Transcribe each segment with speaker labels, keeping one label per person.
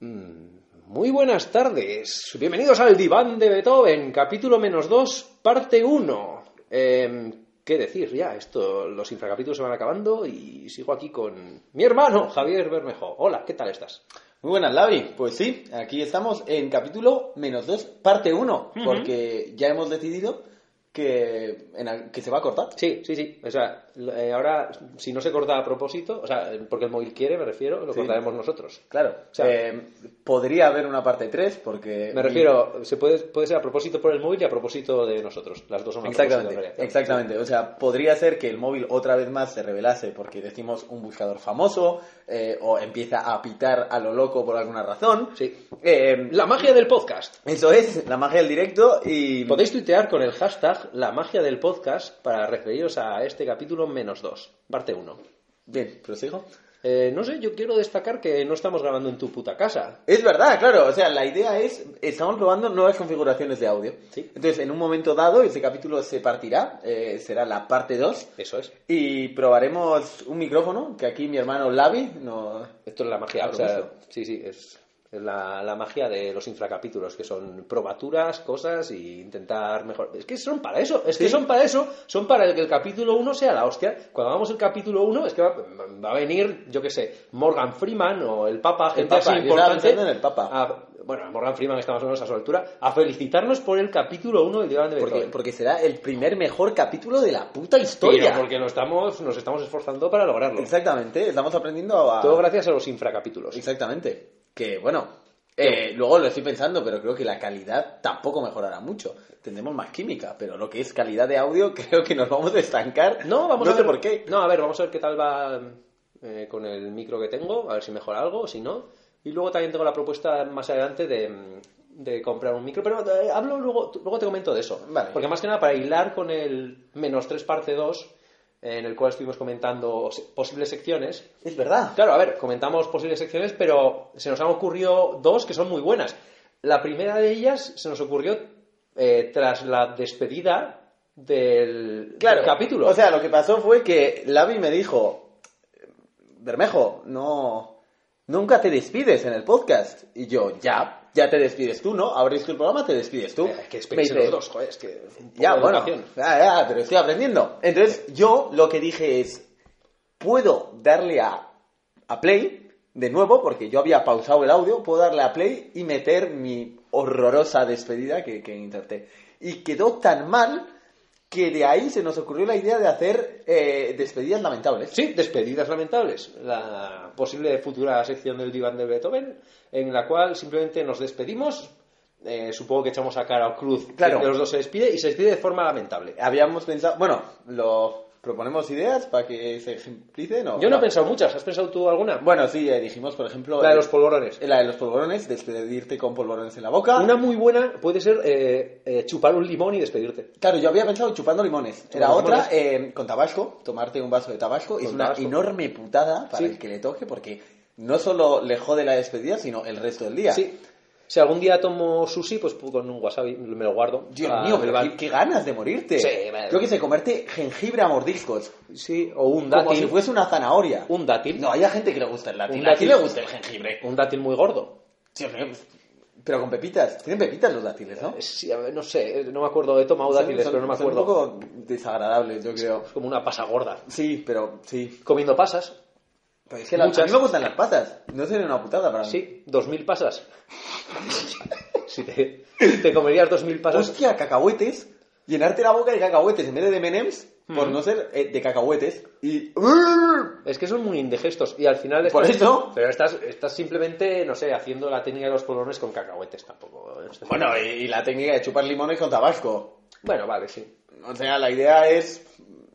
Speaker 1: Muy buenas tardes. Bienvenidos al Diván de Beethoven, capítulo menos 2, parte 1. ¿Qué decir ya? Esto, los infracapítulos se van acabando y sigo aquí con mi hermano, Javier Bermejo. Hola, ¿qué tal estás?
Speaker 2: Muy buenas, Lavi. Pues sí, aquí estamos en capítulo menos 2, parte 1,
Speaker 1: Ujú.
Speaker 2: porque ya hemos decidido que, en al- que se va a cortar.
Speaker 1: Sí, sí, sí. O sea, eh, ahora, si no se corta a propósito, o sea, porque el móvil quiere, me refiero, lo
Speaker 2: Sí.
Speaker 1: cortaremos nosotros.
Speaker 2: Claro,
Speaker 1: O sea,
Speaker 2: eh, podría haber una parte 3 porque...
Speaker 1: Me refiero, se puede, puede ser a propósito por el móvil y a propósito de nosotros. Las dos son a propósito, en
Speaker 2: Exactamente,
Speaker 1: realidad.
Speaker 2: exactamente. O sea, podría ser que el móvil otra vez más se revelase porque decimos un buscador famoso eh, o empieza a pitar a lo loco por alguna razón.
Speaker 1: Sí.
Speaker 2: Eh,
Speaker 1: La magia del podcast.
Speaker 2: eso es, la magia del directo y...
Speaker 1: Podéis tuitear con el hashtag La magia del podcast para referiros a este capítulo menos 2, parte 1.
Speaker 2: Bien, prosigo.
Speaker 1: Eh, no sé, yo quiero destacar que no estamos grabando en tu puta casa.
Speaker 2: Es verdad, claro. O sea, la idea es, estamos probando nuevas configuraciones de audio.
Speaker 1: Sí.
Speaker 2: Entonces, en un momento dado, ese capítulo se partirá, eh, será la parte 2,
Speaker 1: Eso es.
Speaker 2: y probaremos un micrófono, que aquí mi hermano Lavi no...
Speaker 1: Esto es la magia.
Speaker 2: A
Speaker 1: o sea,
Speaker 2: propósito.
Speaker 1: sí, sí, es, es la, la magia de los infracapítulos, que son probaturas, cosas y intentar mejor. Es que son para eso, es que
Speaker 2: Sí.
Speaker 1: son para eso, son para que el capítulo 1 sea la hostia. Cuando hagamos el capítulo 1 es que va, va a venir, yo qué sé, Morgan Freeman o el Papa, gente
Speaker 2: Papa,
Speaker 1: así
Speaker 2: yo estaba
Speaker 1: importante.
Speaker 2: pensando en el Papa.
Speaker 1: a- Ah, bueno, Morgan Freeman está más o menos a su altura, a felicitarnos por el capítulo 1 del Diván de
Speaker 2: Porque,
Speaker 1: Beethoven.
Speaker 2: porque será el primer mejor capítulo de la puta
Speaker 1: Pero
Speaker 2: historia.
Speaker 1: porque lo estamos, nos estamos esforzando para lograrlo.
Speaker 2: Exactamente, estamos aprendiendo a...
Speaker 1: Todo gracias a los infracapítulos.
Speaker 2: Exactamente. Que bueno, eh, luego lo estoy pensando, pero creo que la calidad tampoco mejorará mucho. Tendremos más química, pero lo que es calidad de audio creo que nos vamos a estancar.
Speaker 1: No, vamos
Speaker 2: no
Speaker 1: a
Speaker 2: sé
Speaker 1: ver.
Speaker 2: por qué.
Speaker 1: No, a ver, vamos a ver qué tal va eh, con el micro que tengo, a ver si mejora algo, si no. Y luego también tengo la propuesta más adelante de, mm, de comprar un micro, pero eh, hablo luego, luego te comento de eso.
Speaker 2: Vale.
Speaker 1: Porque más que nada para hilar con el menos 3 parte 2, en el cual estuvimos comentando se- posibles secciones.
Speaker 2: Es verdad.
Speaker 1: Claro, a ver, comentamos posibles secciones, pero se nos han ocurrido dos que son muy buenas. La primera de ellas se nos ocurrió eh, tras la despedida del, del capítulo.
Speaker 2: O sea, lo que pasó fue que Lavi me dijo, Bermejo, no, nunca te despides en el podcast. Y yo, ya, ya te despides tú, ¿no? Abrís el programa, te despides tú.
Speaker 1: Eh, hay que
Speaker 2: Me
Speaker 1: despedirse
Speaker 2: dice,
Speaker 1: los dos, joder, es que. un poco
Speaker 2: Ya,
Speaker 1: de
Speaker 2: bueno,
Speaker 1: educación.
Speaker 2: ya, ya, pero estoy aprendiendo. Entonces, yo lo que dije es, puedo darle a, a play de nuevo, porque yo había pausado el audio, puedo darle a play y meter mi horrorosa despedida que, que intenté. Y quedó tan mal que de ahí se nos ocurrió la idea de hacer eh, despedidas lamentables.
Speaker 1: Sí, despedidas lamentables. La posible futura sección del diván de Beethoven, en la cual simplemente nos despedimos. eh, supongo que echamos a cara o cruz
Speaker 2: Claro.
Speaker 1: que de los dos se despide y se despide de forma lamentable.
Speaker 2: Habíamos pensado, bueno, lo proponemos ideas para que se ejemplicen. o-
Speaker 1: Yo no he pensado muchas, ¿has pensado tú alguna?
Speaker 2: Bueno, sí, eh, dijimos, por ejemplo,
Speaker 1: la de
Speaker 2: el-
Speaker 1: los polvorones.
Speaker 2: la de los polvorones, despedirte con polvorones en la boca.
Speaker 1: Una muy buena puede ser eh, eh, chupar un limón y despedirte.
Speaker 2: Claro, yo había pensado chupando limones. Era
Speaker 1: Chupando
Speaker 2: otra eh, con tabasco, tomarte un vaso de tabasco. Es
Speaker 1: Con
Speaker 2: una
Speaker 1: tabasco.
Speaker 2: enorme putada para
Speaker 1: Sí.
Speaker 2: el que le toque porque no solo le jode la despedida, sino el resto del día.
Speaker 1: Sí. Si algún día tomo sushi, pues con un wasabi me lo guardo.
Speaker 2: Dios
Speaker 1: Ah,
Speaker 2: mío,
Speaker 1: me
Speaker 2: pero
Speaker 1: va-
Speaker 2: qué, qué ganas de morirte.
Speaker 1: Sí, madre.
Speaker 2: Yo que sé, comerte jengibre a mordiscos.
Speaker 1: Sí, o un
Speaker 2: Como si
Speaker 1: dátil.
Speaker 2: fuese una zanahoria.
Speaker 1: Un dátil.
Speaker 2: No, hay a gente que le gusta el latín.
Speaker 1: Un
Speaker 2: A ti
Speaker 1: dátil.
Speaker 2: le gusta el jengibre.
Speaker 1: Un dátil muy gordo.
Speaker 2: Dios mío, Pero con pepitas. Tienen pepitas los dátiles, ¿no?
Speaker 1: Sí, a ver, no sé, eh, no me acuerdo, he tomado
Speaker 2: Son-
Speaker 1: dátiles,
Speaker 2: son-
Speaker 1: pero no me
Speaker 2: son
Speaker 1: acuerdo.
Speaker 2: un poco desagradables, yo creo.
Speaker 1: Es como una pasa gorda.
Speaker 2: Sí, pero sí.
Speaker 1: Comiendo pasas,
Speaker 2: Pero es que la-
Speaker 1: Muchas.
Speaker 2: a mí me gustan las pasas. No sería una putada para mí.
Speaker 1: sí, dos mil pasas. si te, te comerías dos mil pasas,
Speaker 2: Hostia, cacahuetes. Llenarte la boca de cacahuetes en vez de menems, por no ser eh, de cacahuetes. Y.
Speaker 1: es que son muy indigestos. Y al final
Speaker 2: Por
Speaker 1: estás-
Speaker 2: eso.
Speaker 1: Pero estás, estás simplemente, no sé, haciendo la técnica de los polvorones con cacahuetes tampoco. ¿eh?
Speaker 2: Bueno, y, y la técnica de chupar limones con tabasco.
Speaker 1: Bueno, vale, sí.
Speaker 2: O sea, la idea es.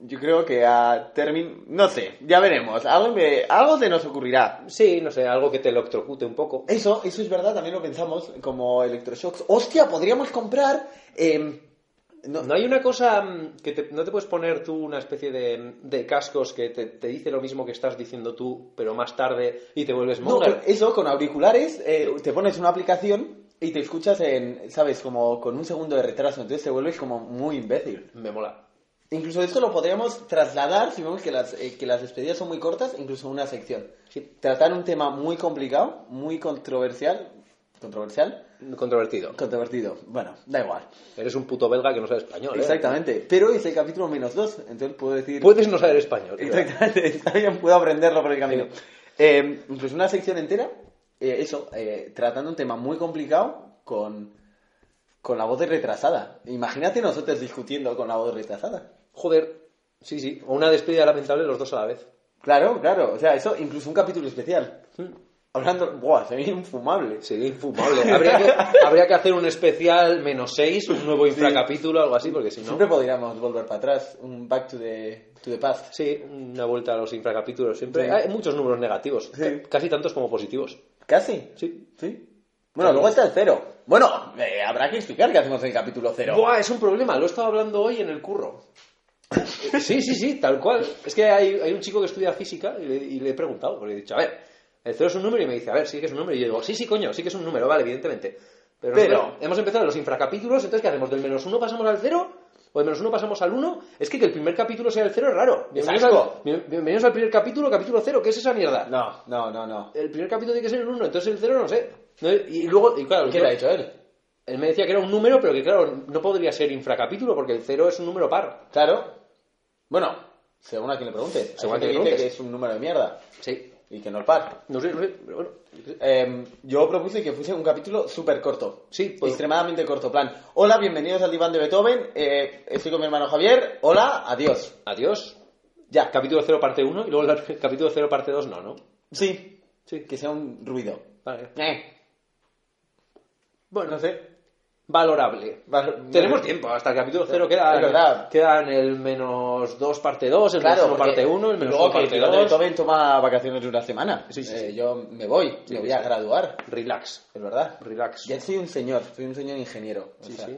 Speaker 2: Yo creo que a término. No sé, ya veremos. Algo, me- algo se nos ocurrirá.
Speaker 1: Sí, no sé, algo que te electrocute un poco.
Speaker 2: Eso, eso es verdad, también lo pensamos como electroshocks. Hostia, podríamos comprar. em, no,
Speaker 1: ¿No hay una cosa mm, que te- no te puedes poner tú una especie de, de cascos que te, te dice lo mismo que estás diciendo tú, pero más tarde y te vuelves
Speaker 2: No, eh.
Speaker 1: monga?
Speaker 2: pero eso con auriculares, eh, te pones una aplicación y te escuchas en, sabes, como con un segundo de retraso, entonces te vuelves como muy imbécil.
Speaker 1: Me mola.
Speaker 2: Incluso esto lo podríamos trasladar, si vemos que las, eh, que las despedidas son muy cortas, incluso a una sección.
Speaker 1: Sí.
Speaker 2: Tratar un tema muy complicado, muy controversial. ¿Controversial?
Speaker 1: Controvertido.
Speaker 2: Controvertido. Bueno, da igual.
Speaker 1: Eres un puto belga que no sabe español. ¿eh?
Speaker 2: Exactamente. Pero es el capítulo menos dos, entonces puedo decir...
Speaker 1: Puedes no saber español. tío.
Speaker 2: Exactamente, está bien, puedo aprenderlo por el camino. Eh, pues una sección entera, eh, eso, eh, tratando un tema muy complicado con, con la voz de retrasada. Imagínate nosotros discutiendo con la voz retrasada.
Speaker 1: Joder. Sí, sí. O una despedida lamentable los dos a la vez.
Speaker 2: Claro, claro, o sea, eso incluso un capítulo especial. Hablando, ¡buah! Se ve infumable.
Speaker 1: Sería infumable. Habría que, habría que hacer un especial menos 6, un nuevo infracapítulo, algo así, porque si no.
Speaker 2: Siempre podríamos volver para atrás, un back to the, to the past.
Speaker 1: Sí, una vuelta a los infracapítulos siempre.
Speaker 2: Sí.
Speaker 1: Hay muchos números negativos,
Speaker 2: Sí.
Speaker 1: ca- casi tantos como positivos.
Speaker 2: Casi.
Speaker 1: Sí.
Speaker 2: Sí. Bueno, luego está el cero. Bueno, eh, habrá que explicar qué hacemos en el capítulo cero.
Speaker 1: Buah, es un problema, lo he estado hablando hoy en el curro. Eh, Sí, sí, sí, tal cual. Es que hay, hay un chico que estudia física y le, y le he preguntado, porque he dicho, a ver, el cero es un número y me dice, a ver, sí que es un número. Y yo digo, sí, sí, coño, sí que es un número, vale, evidentemente. Pero,
Speaker 2: Pero-
Speaker 1: nosotros hemos empezado los infracapítulos, entonces ¿qué hacemos? ¿Del menos uno pasamos al cero? ¿O del menos uno pasamos al uno? Es que que el primer capítulo sea el cero es raro. Bienvenidos
Speaker 2: asco.
Speaker 1: al, bien- bienvenidos al primer capítulo, capítulo cero, ¿qué es esa mierda?
Speaker 2: No, no, no, no.
Speaker 1: El primer capítulo tiene que ser el uno, entonces el cero no sé. No, y luego, y claro,
Speaker 2: ¿Qué
Speaker 1: yo-
Speaker 2: le ha dicho él?
Speaker 1: él me decía que era un número, pero que claro, no podría ser infracapítulo porque el cero es un número par.
Speaker 2: Claro. Bueno, según a quien le preguntes.
Speaker 1: Según a
Speaker 2: Según que
Speaker 1: quien le
Speaker 2: dice
Speaker 1: preguntes.
Speaker 2: que es un número de mierda
Speaker 1: Sí.
Speaker 2: y que no es par.
Speaker 1: No sé, no sé, pero bueno. yo qué sé.
Speaker 2: Eh, yo propuse que fuese un capítulo súper corto.
Speaker 1: Sí, pues-
Speaker 2: Extremadamente corto. Plan, hola, bienvenidos al diván de Beethoven. eh, estoy con mi hermano Javier. Hola, adiós.
Speaker 1: Adiós.
Speaker 2: Ya.
Speaker 1: Capítulo 0 parte 1 y luego el capítulo 0 parte 2 no, ¿no?
Speaker 2: Sí.
Speaker 1: Sí.
Speaker 2: Que sea un ruido.
Speaker 1: Vale.
Speaker 2: Eh.
Speaker 1: Bueno,
Speaker 2: No sé.
Speaker 1: valorable.
Speaker 2: Val-
Speaker 1: Tenemos tiempo, hasta el capítulo 0
Speaker 2: Es verdad.
Speaker 1: queda, quedan el menos 2 parte 2, el menos 1
Speaker 2: porque
Speaker 1: parte 1, el menos
Speaker 2: luego
Speaker 1: 1
Speaker 2: que el
Speaker 1: parte
Speaker 2: diván de
Speaker 1: 2.
Speaker 2: Beethoven toma vacaciones de una semana.
Speaker 1: Sí, sí,
Speaker 2: Eh,
Speaker 1: sí.
Speaker 2: Yo me voy, me voy
Speaker 1: sí,
Speaker 2: a
Speaker 1: sí.
Speaker 2: graduar.
Speaker 1: Relax,
Speaker 2: Es verdad.
Speaker 1: relax.
Speaker 2: Ya soy un señor, soy un señor ingeniero. o
Speaker 1: Sí,
Speaker 2: sea,
Speaker 1: sí.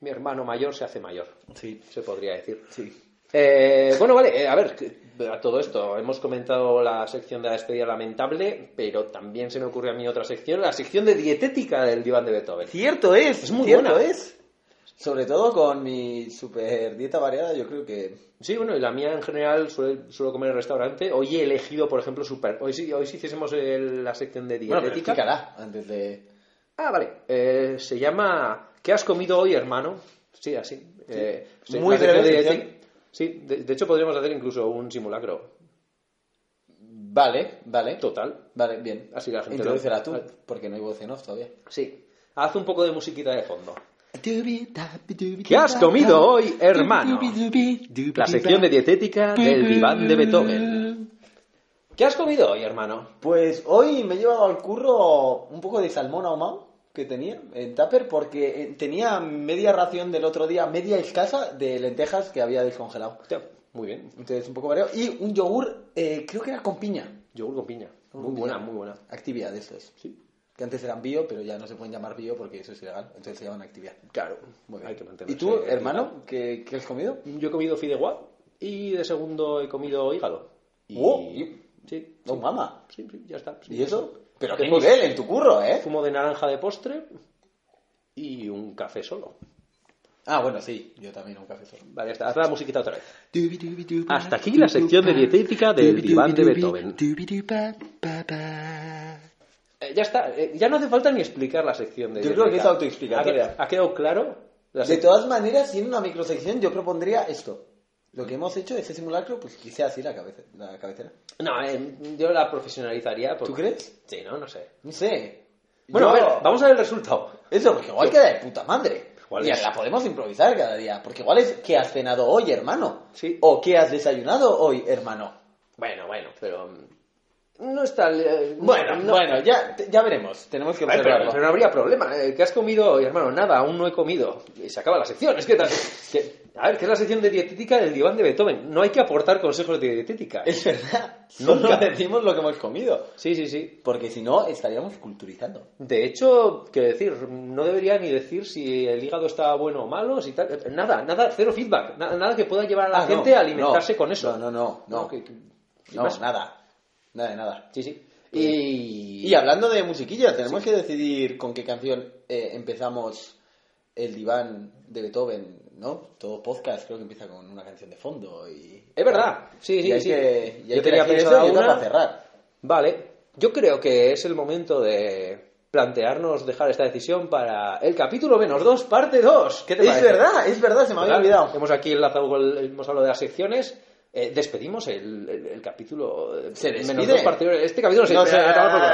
Speaker 1: Mi hermano mayor se hace mayor,
Speaker 2: sí.
Speaker 1: se podría decir.
Speaker 2: Sí.
Speaker 1: Eh, bueno, vale, eh, a ver, que- a todo esto, hemos comentado la sección de la despedida lamentable, pero también se me ocurre a mí otra sección, la sección de dietética del diván de Beethoven.
Speaker 2: Cierto es,
Speaker 1: Es muy
Speaker 2: cierto
Speaker 1: buena.
Speaker 2: es. Sobre todo con mi super dieta variada, yo creo que
Speaker 1: Sí, bueno, y la mía en general suele- suelo comer en restaurante. Hoy he elegido, por ejemplo, super... hoy, sí, hoy si hiciésemos el- la sección de
Speaker 2: bueno, pero
Speaker 1: dietética.
Speaker 2: explícala antes de
Speaker 1: ah, vale, eh, se llama ¿Qué has comido hoy, hermano? Sí, así. Eh, sí,
Speaker 2: Muy
Speaker 1: la sección
Speaker 2: breve
Speaker 1: de
Speaker 2: sección.
Speaker 1: dietética. Sí, de, de hecho podríamos hacer incluso un simulacro
Speaker 2: Vale, vale.
Speaker 1: total.
Speaker 2: Vale, bien.
Speaker 1: Así la gente lo- Ah.
Speaker 2: Introducela tú, porque no hay voz en off todavía.
Speaker 1: Sí, haz un poco de musiquita de fondo.
Speaker 2: ¿Qué
Speaker 1: ¿Qué has comido hoy, hermano? La sección de dietética del diván de Beethoven. ¿Qué has comido hoy, hermano?
Speaker 2: Pues hoy me he llevado al curro un poco de salmón ahumado que tenía en tupper porque eh, tenía media ración del otro día, media escasa de lentejas que había descongelado.
Speaker 1: Hostia, Muy bien.
Speaker 2: Entonces un poco variado. Y un yogur, eh, creo que era con piña.
Speaker 1: Yogur con piña.
Speaker 2: con
Speaker 1: Muy
Speaker 2: piña.
Speaker 1: buena, muy buena.
Speaker 2: Actividad de estos.
Speaker 1: Sí.
Speaker 2: Que antes eran bio, pero ya no se pueden llamar bio porque eso es ilegal. Entonces se llaman actividad.
Speaker 1: Claro.
Speaker 2: Muy bien.
Speaker 1: Hay que mantenerse
Speaker 2: ¿Y tú,
Speaker 1: activo.
Speaker 2: hermano, qué, qué has comido?
Speaker 1: Yo he comido fideuá y de segundo he comido hígado. Y...
Speaker 2: ¡Oh! Y-
Speaker 1: Sí,
Speaker 2: No, Oh, mamá.
Speaker 1: sí, sí, ya está. Sí.
Speaker 2: ¿Y eso? Pero qué
Speaker 1: Tenéis
Speaker 2: nivel en tu curro, ¿eh?
Speaker 1: Zumo de naranja de postre y un café solo.
Speaker 2: Ah, bueno, sí. Yo también un café solo.
Speaker 1: Vale, ya está. Haz la musiquita otra vez.
Speaker 3: Hasta aquí la sección de dietética del diván de Beethoven.
Speaker 1: Eh, ya está. eh, ya no hace falta ni explicar la sección de
Speaker 2: Yo creo que
Speaker 1: dietética.
Speaker 2: es autoexplicatoria.
Speaker 1: ¿Ha, que- ha quedado claro? La
Speaker 2: De
Speaker 1: sec-
Speaker 2: todas maneras, siendo una microsección, yo propondría esto. Lo que hemos hecho, este simulacro, pues quizá así la, cabeza, la cabecera.
Speaker 1: No, eh, yo la profesionalizaría. porque-
Speaker 2: ¿Tú crees?
Speaker 1: Sí, no, no sé.
Speaker 2: No sé.
Speaker 1: Bueno,
Speaker 2: Yo-
Speaker 1: a ver, vamos a ver el resultado.
Speaker 2: Eso, porque igual queda de puta madre.
Speaker 1: Igual
Speaker 2: y
Speaker 1: es.
Speaker 2: la podemos improvisar cada día. Porque igual es qué has cenado hoy, hermano.
Speaker 1: Sí.
Speaker 2: O qué has desayunado hoy, hermano.
Speaker 1: Bueno, bueno, pero... mm, No está... eh, no-
Speaker 2: Bueno,
Speaker 1: no-
Speaker 2: bueno, ya, ya veremos. Tenemos que
Speaker 1: A ver, pero,
Speaker 2: observarlo.
Speaker 1: pero no habría problema. eh, ¿Qué has comido hoy, hermano? Nada, aún no he comido. Y se acaba la sección. Es que, tal- que- A ver, ¿qué es la sección de dietética del diván de Beethoven? No hay que aportar consejos de dietética.
Speaker 2: Es verdad.
Speaker 1: Nunca.
Speaker 2: Nunca decimos lo que hemos comido.
Speaker 1: Sí, sí, sí.
Speaker 2: Porque si no, estaríamos culturizando.
Speaker 1: De hecho, qué decir, no debería ni decir si el hígado está bueno o malo, si tal. eh, Nada, nada, cero feedback. na- nada que pueda llevar a la
Speaker 2: Ah, no,
Speaker 1: gente a alimentarse
Speaker 2: no,
Speaker 1: con eso.
Speaker 2: No, no, no. No,
Speaker 1: No, que- que- sin
Speaker 2: No,
Speaker 1: más.
Speaker 2: nada. Nada de nada.
Speaker 1: Sí, sí. Y...
Speaker 2: Y hablando de musiquilla, tenemos que decidir con qué canción eh, empezamos el diván de Beethoven, ¿no? Todo podcast creo que empieza con una canción de fondo y...
Speaker 1: Es verdad. Sí,
Speaker 2: Y
Speaker 1: sí,
Speaker 2: hay
Speaker 1: sí.
Speaker 2: que- y
Speaker 1: Yo
Speaker 2: hay que
Speaker 1: tenía
Speaker 2: elegir
Speaker 1: pensado
Speaker 2: y otra
Speaker 1: una.
Speaker 2: para cerrar.
Speaker 1: Vale, yo creo que es el momento de plantearnos dejar esta decisión para el capítulo menos 2, parte 2. ¿Qué te
Speaker 2: Es
Speaker 1: parece?
Speaker 2: verdad, es verdad, se me había
Speaker 1: ¿Verdad?
Speaker 2: olvidado.
Speaker 1: Hemos aquí enlazado, con el- hemos hablado de las secciones. Eh, despedimos el, el- el capítulo eh,
Speaker 2: Se despide.
Speaker 1: menos 2, parte 2. Este capítulo se
Speaker 2: No, se-
Speaker 1: a tomar por culo.